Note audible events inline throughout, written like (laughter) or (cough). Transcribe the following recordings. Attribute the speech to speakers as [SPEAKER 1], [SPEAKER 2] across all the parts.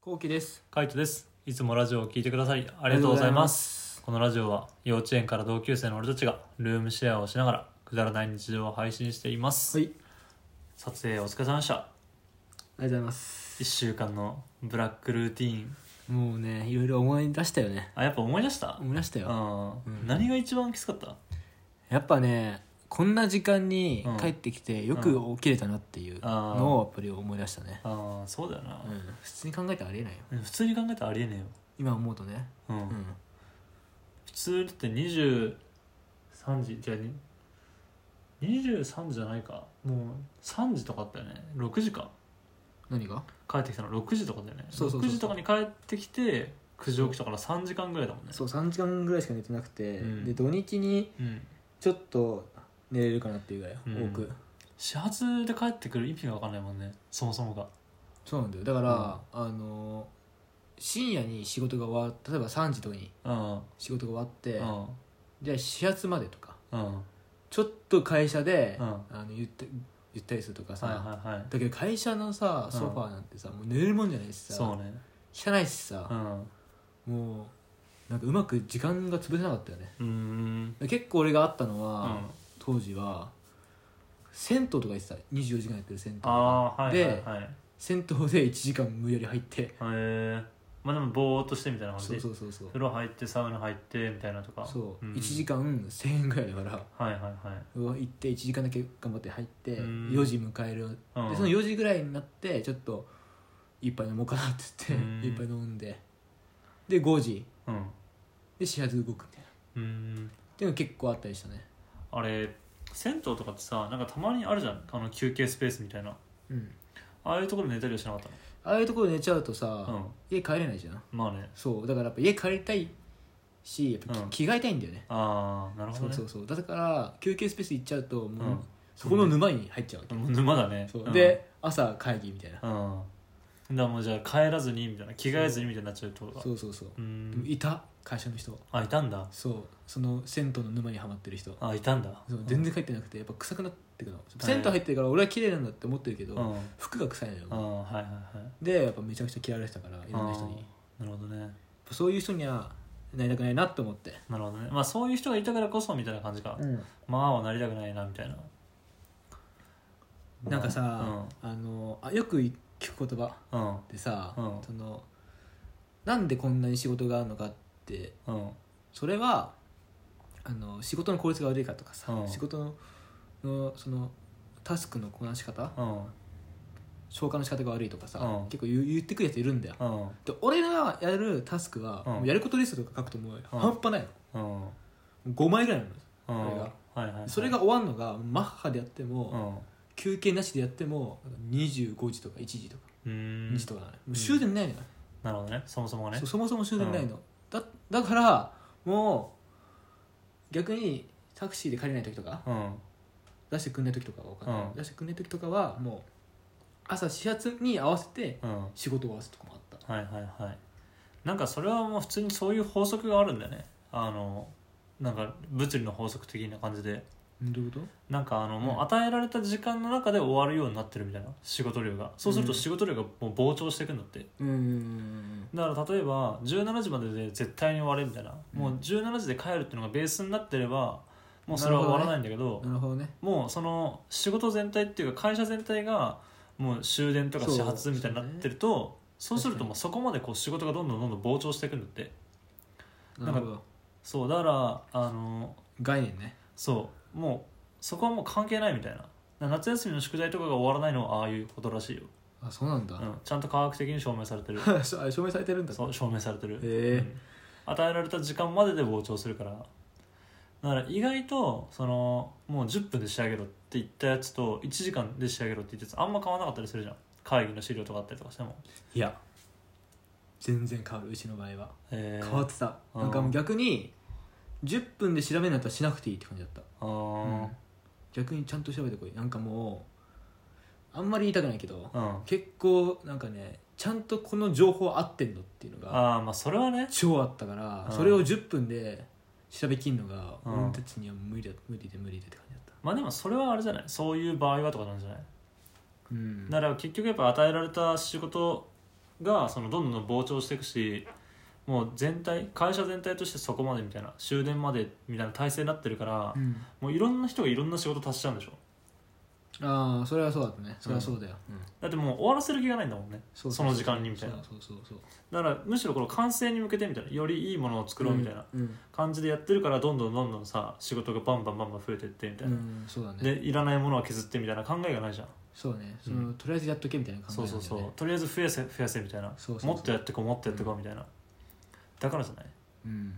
[SPEAKER 1] こうきです。
[SPEAKER 2] カイトです。いつもラジオを聞いてくださりあ
[SPEAKER 1] あ
[SPEAKER 2] りがとうございます。
[SPEAKER 1] す。
[SPEAKER 2] このラジオは幼稚園から同級生の俺たちがルームシェアをしながらくだらない日常を配信しています。
[SPEAKER 1] はい、あり
[SPEAKER 2] 撮影お疲れ様でした。
[SPEAKER 1] がとうございます。
[SPEAKER 2] 1週間のブラックルーティーン。
[SPEAKER 1] もうね、いろいろ思い出したよね。
[SPEAKER 2] あ、やっぱ思い出した
[SPEAKER 1] 思い出した
[SPEAKER 2] う
[SPEAKER 1] よ。う
[SPEAKER 2] ん
[SPEAKER 1] ん
[SPEAKER 2] 何が一番きつかった
[SPEAKER 1] やっぱね、こんな時間に
[SPEAKER 2] うん
[SPEAKER 1] 帰ってきて、よく起きれたなっていうのをやっぱり思い出したね。
[SPEAKER 2] ああ、そうだよな
[SPEAKER 1] う。ん、普通に考えたらありえないよ。
[SPEAKER 2] 普通に考えたらありえねえよ。
[SPEAKER 1] 今思うとね。
[SPEAKER 2] うん
[SPEAKER 1] うん。
[SPEAKER 2] 普通だって23時じゃあに23時じゃないかもう3時とかあったよね6時か
[SPEAKER 1] 何が
[SPEAKER 2] 帰ってきたの6時とかだよね
[SPEAKER 1] そうそうそう
[SPEAKER 2] 6時とかに帰ってきて9時起きたから3時間ぐらいだもんね
[SPEAKER 1] そう、3時間ぐらいしか寝てなくて、
[SPEAKER 2] うん
[SPEAKER 1] で、土日に
[SPEAKER 2] うん
[SPEAKER 1] ちょっと寝れるかなっていうぐらい、
[SPEAKER 2] うん
[SPEAKER 1] 多く。
[SPEAKER 2] 始発で帰ってくる意味が分かんないもんねそもそもが
[SPEAKER 1] そうなんだよ。だから、あのー、深夜に仕事が終わっ例えば3時とかに
[SPEAKER 2] うん
[SPEAKER 1] 仕事が終わって、
[SPEAKER 2] うん
[SPEAKER 1] じゃあ始発までとか
[SPEAKER 2] うんは
[SPEAKER 1] ちょっと会社で、
[SPEAKER 2] うん
[SPEAKER 1] あの言って言ったりするとか
[SPEAKER 2] い
[SPEAKER 1] さ、
[SPEAKER 2] はいはい
[SPEAKER 1] だけど会社のさ
[SPEAKER 2] うん
[SPEAKER 1] ソファーなんてさ、もう寝るもんじゃないしさ、
[SPEAKER 2] そうね
[SPEAKER 1] 汚いしさ
[SPEAKER 2] う、んう
[SPEAKER 1] もうなんかうまく時間が潰せなかったよね
[SPEAKER 2] ーん
[SPEAKER 1] 結構俺があったの
[SPEAKER 2] う
[SPEAKER 1] は、
[SPEAKER 2] ん
[SPEAKER 1] 当時は銭湯とか行ってた24時間やってる銭湯
[SPEAKER 2] ああーはいは
[SPEAKER 1] で
[SPEAKER 2] いはいへ
[SPEAKER 1] 銭湯で1時間無理やり入って
[SPEAKER 2] えまあでもぼーっとしてみたいな感
[SPEAKER 1] そう
[SPEAKER 2] じ
[SPEAKER 1] そうそうそう
[SPEAKER 2] 風呂入ってサウナ入ってみたいなとか
[SPEAKER 1] そう、
[SPEAKER 2] ん
[SPEAKER 1] 1時間1000円ぐらいだから
[SPEAKER 2] はいはいは
[SPEAKER 1] うわ行って1時間だけ頑張って入って
[SPEAKER 2] うん
[SPEAKER 1] 4時迎える
[SPEAKER 2] い、うん、
[SPEAKER 1] でその4時ぐらいになってちょっと一杯飲もうかなって言
[SPEAKER 2] うん
[SPEAKER 1] って一杯飲んでで5時
[SPEAKER 2] うん
[SPEAKER 1] で始発動くみたいなっ
[SPEAKER 2] うーん
[SPEAKER 1] ていうの結構あったりしたね
[SPEAKER 2] あれ銭湯とかってさなんかたまにあるじゃんあの休憩スペースみたいな
[SPEAKER 1] うん
[SPEAKER 2] ああいうところで寝たりはしなかった
[SPEAKER 1] ああいうところで寝ちゃうと
[SPEAKER 2] の
[SPEAKER 1] さ
[SPEAKER 2] うん
[SPEAKER 1] 家帰れないじゃん
[SPEAKER 2] まあね
[SPEAKER 1] そうだからやっぱ家帰りたいしやっぱ
[SPEAKER 2] うん
[SPEAKER 1] 着着替えたいんだよね
[SPEAKER 2] ああなるほ
[SPEAKER 1] そ
[SPEAKER 2] ど
[SPEAKER 1] う
[SPEAKER 2] ね
[SPEAKER 1] そうそうだから休憩スペース行っちゃうと
[SPEAKER 2] う
[SPEAKER 1] もうんそこの沼に入っちゃうわけ
[SPEAKER 2] もう沼だね
[SPEAKER 1] そう
[SPEAKER 2] うん
[SPEAKER 1] で朝会議みたいな
[SPEAKER 2] うんだからもうじゃあ帰らずにみたいな着替えずにみたいになっちゃうってことか
[SPEAKER 1] そうそうそう
[SPEAKER 2] うー
[SPEAKER 1] でも
[SPEAKER 2] ん
[SPEAKER 1] いた会社の人
[SPEAKER 2] あいたんだ
[SPEAKER 1] そうその銭湯の沼にはまってる人
[SPEAKER 2] あいたんだ
[SPEAKER 1] そう全然入ってなくてやっぱ臭くなってくの銭湯入ってるから俺は綺麗なんだって思ってるけど、
[SPEAKER 2] うんうん
[SPEAKER 1] 服が臭いのよ、
[SPEAKER 2] うんはいはいはい
[SPEAKER 1] でやっぱめちゃくちゃ嫌われてたからいろんな人に
[SPEAKER 2] あーなるほどね
[SPEAKER 1] そういう人にはなりたくないなと思って、
[SPEAKER 2] なるほどねまあそういう人がいたからこそみたいな感じか、まあはなりたくないなみたいな
[SPEAKER 1] なんかさ、あのあよく聞く言葉
[SPEAKER 2] うんうん
[SPEAKER 1] でさ、
[SPEAKER 2] うん
[SPEAKER 1] そのなんでこんなに仕事があるのかって
[SPEAKER 2] うん
[SPEAKER 1] それはあの仕事の効率が悪いかとかさ、
[SPEAKER 2] うん
[SPEAKER 1] 仕事ののそのタスクのこなし方
[SPEAKER 2] うん
[SPEAKER 1] 消化の仕方が悪いとかさ、
[SPEAKER 2] うん
[SPEAKER 1] 結構言う言ってくるやついるんだよ
[SPEAKER 2] うん
[SPEAKER 1] で俺がやるタスクは、
[SPEAKER 2] うん
[SPEAKER 1] もうやることリストとか書くともう
[SPEAKER 2] うん
[SPEAKER 1] 半端ないの、
[SPEAKER 2] うん
[SPEAKER 1] 5枚ぐらいなの、
[SPEAKER 2] うん
[SPEAKER 1] これが
[SPEAKER 2] はいはいはい
[SPEAKER 1] それが終わるのがマッハでやって
[SPEAKER 2] う
[SPEAKER 1] も、
[SPEAKER 2] んう
[SPEAKER 1] 休憩なしでやっても25時とか1時とか
[SPEAKER 2] ーん
[SPEAKER 1] 2時とかなの、もう終電ないのよ、
[SPEAKER 2] なるほどねそもそもがね
[SPEAKER 1] そうそもそも終電ないの、だだからもう逆にタクシーで帰れない時とか
[SPEAKER 2] うん
[SPEAKER 1] 出してくんない時とかは分かんない、
[SPEAKER 2] うん
[SPEAKER 1] 出してくんない時とかはもう朝始発に合わせて
[SPEAKER 2] うん
[SPEAKER 1] 仕事を合わせるとかもあっ
[SPEAKER 2] はいはいはいなんかそれはもう普通にそういう法則があるんだよねあのなんか物理の法則的な感じで
[SPEAKER 1] たどういうこと
[SPEAKER 2] なんかあのも
[SPEAKER 1] う
[SPEAKER 2] うん与えられた時間の中で終わるようになってるみたいな仕事量がそうすると
[SPEAKER 1] うん
[SPEAKER 2] 仕事量がもう膨張していくんだって
[SPEAKER 1] うんうんうん
[SPEAKER 2] だから例えば17時までで絶対に終われみたいなもううん17時で帰るっていうのがベースになってればもうそれは終わらないんだけど
[SPEAKER 1] うんなるほどね
[SPEAKER 2] もうその仕事全体っていうか会社全体がもう終電とか始発みたいになってるとそう,、するともうそこまでこう仕事がどんどんどんどん膨張していくんだって
[SPEAKER 1] なるほど
[SPEAKER 2] そうだからあの
[SPEAKER 1] 概念ね
[SPEAKER 2] そうもうそこはもう関係ないみたいな夏休みの宿題とかが終わらないのはああいうことらしいよ、
[SPEAKER 1] (laughs) あそうなんだ、
[SPEAKER 2] うん、ちゃんと科学的に証明されてる
[SPEAKER 1] しょあ証明されてるんだ
[SPEAKER 2] そう証明されてる、
[SPEAKER 1] へえ
[SPEAKER 2] うん与えられた時間までで膨張するからだから意外とそのもう10分で仕上げろって言ったやつと1時間で仕上げろって言ったやつあんま変わらなかったりするじゃん会議の資料とかあったりとかしても、
[SPEAKER 1] いや全然変わるうちの場合は
[SPEAKER 2] えー、
[SPEAKER 1] 変わってた、
[SPEAKER 2] うん
[SPEAKER 1] なんかもう逆に10分で調べるんだったらしなくていいって感じだった
[SPEAKER 2] あ
[SPEAKER 1] 逆にちゃんと調べてこいなんかもうあんまり言いたくないけど
[SPEAKER 2] ーうん、あ
[SPEAKER 1] 結構なんかねちゃんとこの情報合ってんのっていうのが
[SPEAKER 2] あーまあそれはね
[SPEAKER 1] 超あったから、
[SPEAKER 2] うん
[SPEAKER 1] それを10分で調べきんのが
[SPEAKER 2] うん
[SPEAKER 1] 俺たちには無理だ無理で無理でって感じだった
[SPEAKER 2] まあでもそれはあれじゃないそういう場合はとかなんじゃない
[SPEAKER 1] うん
[SPEAKER 2] だから結局やっぱ与えられた仕事がそのどんどん膨張していくしもう全体会社全体としてそこまでみたいな終電までみたいな体制になってるから、
[SPEAKER 1] うん、
[SPEAKER 2] もういろんな人がいろんな仕事足しちゃうんでしょ
[SPEAKER 1] ああそれはそうだったねそれはそうだよ、うん
[SPEAKER 2] だってもう終わらせる気がないんだもんね
[SPEAKER 1] そう
[SPEAKER 2] その時間にみたいな
[SPEAKER 1] そうそうそう
[SPEAKER 2] だからむしろこの完成に向けてみたいなよりいいものを作ろうみたいな
[SPEAKER 1] うん、
[SPEAKER 2] 感じでやってるからどんどんどんどんさ仕事がバンバンバンバン増えてってみた
[SPEAKER 1] う
[SPEAKER 2] い
[SPEAKER 1] ん
[SPEAKER 2] な、
[SPEAKER 1] うんそうだね
[SPEAKER 2] でいらないものは削ってみたいな考えがないじゃん、
[SPEAKER 1] そうね
[SPEAKER 2] う
[SPEAKER 1] そ
[SPEAKER 2] ん
[SPEAKER 1] の、とりあえずやっとけみたいな考え
[SPEAKER 2] そう
[SPEAKER 1] なんだ
[SPEAKER 2] そ
[SPEAKER 1] よ
[SPEAKER 2] う
[SPEAKER 1] ね
[SPEAKER 2] そうとりあえず増やせ増やせみたいな
[SPEAKER 1] そうそうそう
[SPEAKER 2] もっとやってこうもっとやってこうみたいな、だからじゃない
[SPEAKER 1] うん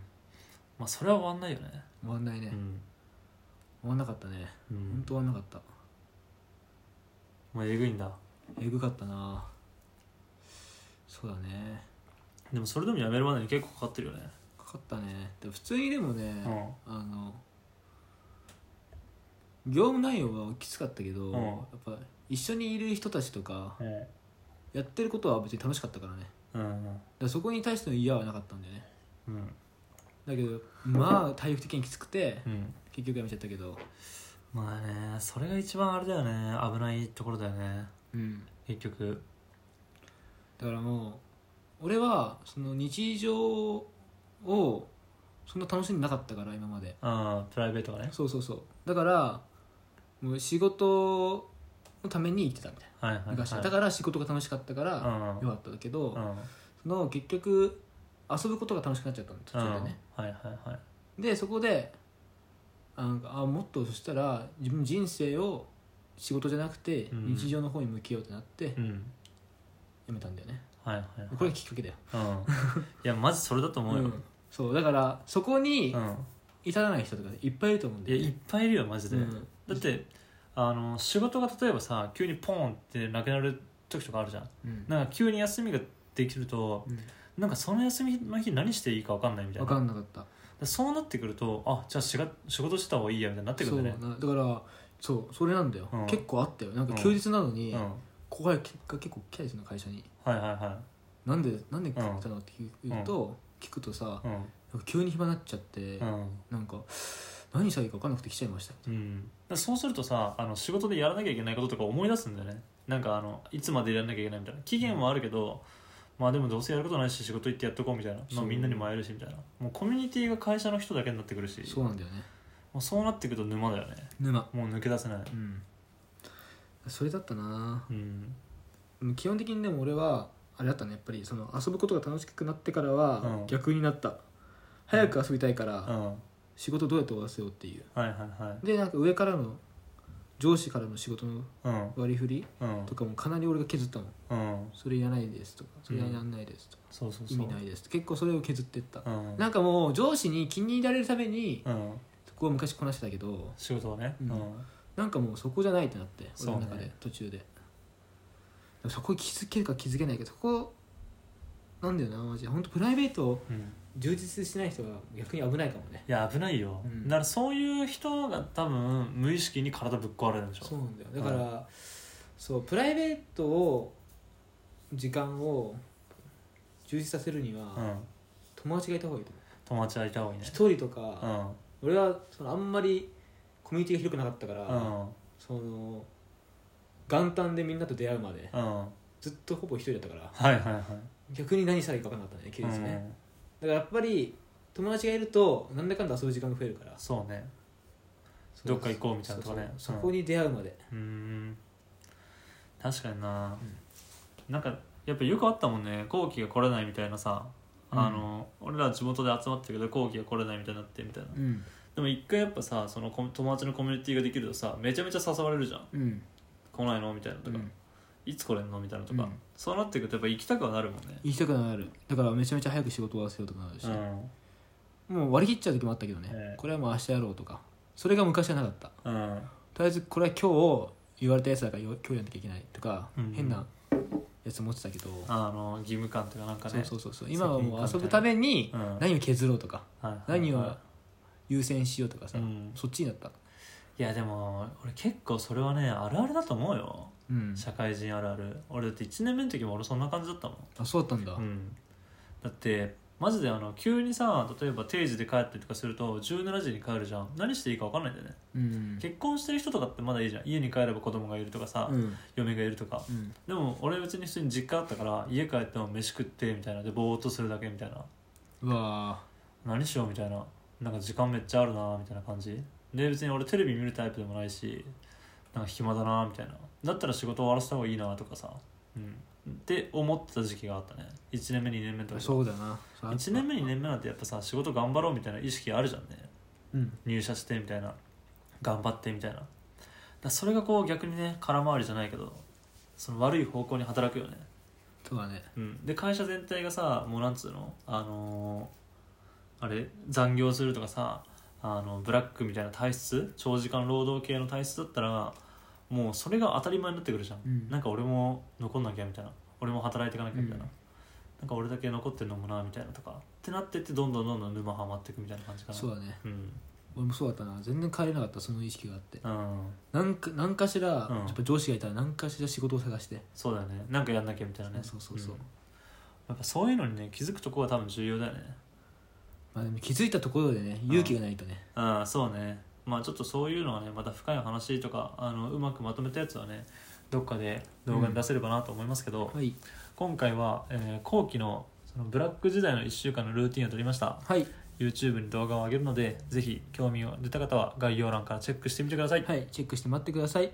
[SPEAKER 2] まあそれは終わんないよね
[SPEAKER 1] 終わんないね、
[SPEAKER 2] うん、
[SPEAKER 1] 終わんなかったね
[SPEAKER 2] う
[SPEAKER 1] ほん
[SPEAKER 2] ん、
[SPEAKER 1] と終わんなかった
[SPEAKER 2] まあえぐいんだ
[SPEAKER 1] えぐかったなそうだね
[SPEAKER 2] でもそれでもやめるまでに結構かかってるよね
[SPEAKER 1] かかったねでも普通にでもね
[SPEAKER 2] う、ん
[SPEAKER 1] あの業務内容はきつかったけど、
[SPEAKER 2] ん
[SPEAKER 1] やっぱ一緒にいる人たちとか
[SPEAKER 2] うん
[SPEAKER 1] やってることは別に楽しかったからねだか
[SPEAKER 2] うん
[SPEAKER 1] らそこに対しての嫌はなかったんだよね
[SPEAKER 2] うん
[SPEAKER 1] だけどまあ体力的にきつくて
[SPEAKER 2] うん
[SPEAKER 1] 結局やめちゃったけど
[SPEAKER 2] まあねそれが一番あれだよね危ないところだよね
[SPEAKER 1] うん
[SPEAKER 2] 結局
[SPEAKER 1] だからもう俺はその日常をそんな楽しんでなかったから今まで
[SPEAKER 2] うんプライベートがね
[SPEAKER 1] そうそうそうだからもう仕事のために生きてたみたい
[SPEAKER 2] はいはい
[SPEAKER 1] な、
[SPEAKER 2] はい
[SPEAKER 1] 昔はだから仕事が楽しかったから
[SPEAKER 2] う
[SPEAKER 1] よ
[SPEAKER 2] ん
[SPEAKER 1] かったけど、
[SPEAKER 2] うん
[SPEAKER 1] その結局遊ぶことが楽しくなっちゃったの途
[SPEAKER 2] うんはい
[SPEAKER 1] 中でね、
[SPEAKER 2] はいはい
[SPEAKER 1] でそこであなんかあもっとそしたら自分の人生を仕事じゃなくて
[SPEAKER 2] うん
[SPEAKER 1] 日常の方に向けようってなってや
[SPEAKER 2] うん
[SPEAKER 1] めたんだよね、
[SPEAKER 2] はいはいはい
[SPEAKER 1] これがきっかけだよ、
[SPEAKER 2] うんいやまずそれだと思う
[SPEAKER 1] う
[SPEAKER 2] よ
[SPEAKER 1] んそうだからそこに
[SPEAKER 2] うん
[SPEAKER 1] 至らない人とかいっぱいいると思うん
[SPEAKER 2] い
[SPEAKER 1] だ
[SPEAKER 2] や
[SPEAKER 1] よ
[SPEAKER 2] い
[SPEAKER 1] ね
[SPEAKER 2] っぱいいるよマジで
[SPEAKER 1] うん
[SPEAKER 2] だってあの仕事が例えばさ急にポーンってなくなる時とかあるじゃん
[SPEAKER 1] うん
[SPEAKER 2] なんか急に休みができると
[SPEAKER 1] うん
[SPEAKER 2] なんかその休みの日何していいか分かんないみたい
[SPEAKER 1] 分
[SPEAKER 2] な
[SPEAKER 1] かんなかった
[SPEAKER 2] でそうなってくるとあじゃあ仕事仕事した方がいいやみたいになってく
[SPEAKER 1] そ
[SPEAKER 2] る
[SPEAKER 1] うん
[SPEAKER 2] だ
[SPEAKER 1] な
[SPEAKER 2] ね
[SPEAKER 1] だからそうそれなんだよ、
[SPEAKER 2] うん
[SPEAKER 1] 結構あったよなんか
[SPEAKER 2] うん
[SPEAKER 1] 休日なの
[SPEAKER 2] う
[SPEAKER 1] に、
[SPEAKER 2] んはい
[SPEAKER 1] ここが結果結構来たりするの会社に
[SPEAKER 2] はいは
[SPEAKER 1] なんでなんで来たのって言うと、聞くとさ
[SPEAKER 2] いうん
[SPEAKER 1] 急に暇になっちゃって、
[SPEAKER 2] うん
[SPEAKER 1] なんか何したらいいか分かんなくて来ちゃいました
[SPEAKER 2] うん、だからそうするとさあの仕事でやらなきゃいけないこととか思い出すんだよねなんかあのいつまでやらなきゃいけないみたいな期限はあるけど、まあでもどうせやることないし仕事行ってやっとこうみたいな、ま
[SPEAKER 1] そ
[SPEAKER 2] あ、
[SPEAKER 1] う
[SPEAKER 2] みんなにも会えるしみたいなもうコミュニティが会社の人だけになってくるし
[SPEAKER 1] そうなんだよね
[SPEAKER 2] もうそうなってくると沼だよね
[SPEAKER 1] 沼
[SPEAKER 2] もう抜け出せない
[SPEAKER 1] うんそれだったな
[SPEAKER 2] うん
[SPEAKER 1] でも基本的にでも俺はあれだったねやっぱりその遊ぶことが楽しくなってからは
[SPEAKER 2] うん
[SPEAKER 1] 逆になった、早く遊びたいか
[SPEAKER 2] うん
[SPEAKER 1] ら
[SPEAKER 2] はい
[SPEAKER 1] 仕事どうやって終わらせようっていう
[SPEAKER 2] はいは
[SPEAKER 1] でなんか上からの上司からの仕事の
[SPEAKER 2] いうん
[SPEAKER 1] 割り振り
[SPEAKER 2] うん
[SPEAKER 1] とかもかなり俺が削ったもん
[SPEAKER 2] うん
[SPEAKER 1] それいらないですとかそれやらないですとか、
[SPEAKER 2] そうそうそう
[SPEAKER 1] 意味ないですとか結構それを削ってった、
[SPEAKER 2] うん
[SPEAKER 1] なんかもう上司に気に入られるために
[SPEAKER 2] うん
[SPEAKER 1] そこを昔こなしてたけど
[SPEAKER 2] 仕事はね
[SPEAKER 1] うん
[SPEAKER 2] うん
[SPEAKER 1] なんかもうそこじゃないってなって
[SPEAKER 2] そう
[SPEAKER 1] 俺
[SPEAKER 2] ね
[SPEAKER 1] の中で、途中ででもそこ気づけるか気づけないけどそこなんだよなマジで本当プライベートを
[SPEAKER 2] うん
[SPEAKER 1] 充実してない人は逆に危ないかもね
[SPEAKER 2] いや危ないよ、
[SPEAKER 1] うん
[SPEAKER 2] だからそういう人が多分無意識に体ぶっ壊れるんでしょ
[SPEAKER 1] そうなんだよだから、そうプライベートを時間を充実させるには、
[SPEAKER 2] うん、
[SPEAKER 1] 友達がいた方がいいと思う
[SPEAKER 2] 友達はいた方がいいね
[SPEAKER 1] 一人とか、
[SPEAKER 2] うん
[SPEAKER 1] 俺はそのあんまりコミュニティが広くなかったから、
[SPEAKER 2] うん
[SPEAKER 1] その元旦でみんなと出会うまで
[SPEAKER 2] うん
[SPEAKER 1] ずっとほぼ一人だったから
[SPEAKER 2] はいはいはい
[SPEAKER 1] 逆に何したらいいか分からなかったね休
[SPEAKER 2] う
[SPEAKER 1] 日
[SPEAKER 2] ん
[SPEAKER 1] ね、だからやっぱり友達がいるとなんだかんだ遊ぶ時間が増えるから
[SPEAKER 2] そうねどっか行こうみたいなとかね
[SPEAKER 1] そうそう
[SPEAKER 2] うん
[SPEAKER 1] そこに出会うまで、
[SPEAKER 2] うーん確かにな、なんかやっぱよくあったもんね後期が来れないみたいなさあの、俺ら地元で集まってるけど後期が来れないみたいになってみたいな
[SPEAKER 1] うん
[SPEAKER 2] でも一回やっぱさそのコ友達のコミュニティができるとさめちゃめちゃ誘われるじゃん
[SPEAKER 1] うん
[SPEAKER 2] 来ないのみたいなとか、
[SPEAKER 1] うん
[SPEAKER 2] いつ来れんのみたいなとか、
[SPEAKER 1] うん
[SPEAKER 2] そうなってくるとやっぱ行きたくはなるもんね
[SPEAKER 1] 行きたくなるだからめちゃめちゃ早く仕事終わらせようとかなるし、もう割り切っちゃう時もあったけどね、
[SPEAKER 2] ええ
[SPEAKER 1] これはもう明日やろうとかそれが昔はなかった
[SPEAKER 2] うんうん
[SPEAKER 1] とりあえずこれは今日言われたやつだからよ今日やんなきゃいけないとか、
[SPEAKER 2] うん
[SPEAKER 1] 変なやつ持ってたけど、
[SPEAKER 2] あの義務感とかなんかね
[SPEAKER 1] そうそうそうそう今はもう遊
[SPEAKER 2] 責任感みたいな
[SPEAKER 1] ぶために
[SPEAKER 2] うん
[SPEAKER 1] 何を削ろうとか、
[SPEAKER 2] はいはい
[SPEAKER 1] 何を優先しようとかさ、
[SPEAKER 2] うん
[SPEAKER 1] そっちになった、
[SPEAKER 2] いやでも俺結構それはねあるあるだと思うよ
[SPEAKER 1] うん、
[SPEAKER 2] 社会人あるある俺だって1年目の時も俺そんな感じだったもん、
[SPEAKER 1] あそうだったんだ、
[SPEAKER 2] うん、だってマジであの急にさ例えば定時で帰ったりとかすると17時に帰るじゃん何していいか分かんないんだよね、
[SPEAKER 1] うん
[SPEAKER 2] 結婚してる人とかってまだいいじゃん家に帰れば子供がいるとかさ、
[SPEAKER 1] うん
[SPEAKER 2] 嫁がいるとか
[SPEAKER 1] うん
[SPEAKER 2] でも俺別に普通に実家あったから家帰っても飯食ってみたいなでぼーっとするだけみたいな
[SPEAKER 1] うわ
[SPEAKER 2] 何しようみたいななんか時間めっちゃあるなみたいな感じで別に俺テレビ見るタイプでもないしなんか暇だなみたいなだったら仕事終わらせた方がいいなとかさうんって思ってた時期があったね1年目2年目
[SPEAKER 1] ー
[SPEAKER 2] とか
[SPEAKER 1] そうだな
[SPEAKER 2] 1年目2年目なんてやっぱさ仕事頑張ろうみたいな意識あるじゃんね
[SPEAKER 1] うん
[SPEAKER 2] 入社してみたいな頑張ってみたいなだからそれがこう逆にね空回りじゃないけどその悪い方向に働くよね
[SPEAKER 1] そうだね
[SPEAKER 2] うん、で会社全体がさもうなんつうのあのーあれ残業するとかさあのブラックみたいな体質長時間労働系の体質だったらもうそれが当たり前になってくるじゃん、
[SPEAKER 1] うん
[SPEAKER 2] なんか俺も残んなきゃみたいな俺も働いていかなきゃみたいな、
[SPEAKER 1] うん
[SPEAKER 2] なんか俺だけ残ってるのもなみたいなとかってなってってどんどんどんどん沼ハマっていくみたいな感じかな
[SPEAKER 1] そう
[SPEAKER 2] う
[SPEAKER 1] だね
[SPEAKER 2] ん
[SPEAKER 1] 俺もそうだったな全然帰れなかったその意識があって
[SPEAKER 2] うん
[SPEAKER 1] なんか何かしら、
[SPEAKER 2] うん
[SPEAKER 1] やっぱ上司がいたら何かしら仕事を探して
[SPEAKER 2] そうだよねなんかやんなきゃみたいなね
[SPEAKER 1] そうそうそうそうん
[SPEAKER 2] やっぱそういうのにね気づくとこは多分重要だよね
[SPEAKER 1] まあでも気づいたところでね勇気がないとね
[SPEAKER 2] うんそうねまあちょっとそういうのはねまた深い話とかあのうまくまとめたやつはねどっかで動画に出せればなと思いますけど、
[SPEAKER 1] はい
[SPEAKER 2] 今回は、えー後期のそのブラック時代の1週間のルーティンを撮りました
[SPEAKER 1] はい
[SPEAKER 2] YouTube に動画を上げるのでぜひ興味が出た方は概要欄からチェックしてみてください、
[SPEAKER 1] はいチェックして待ってください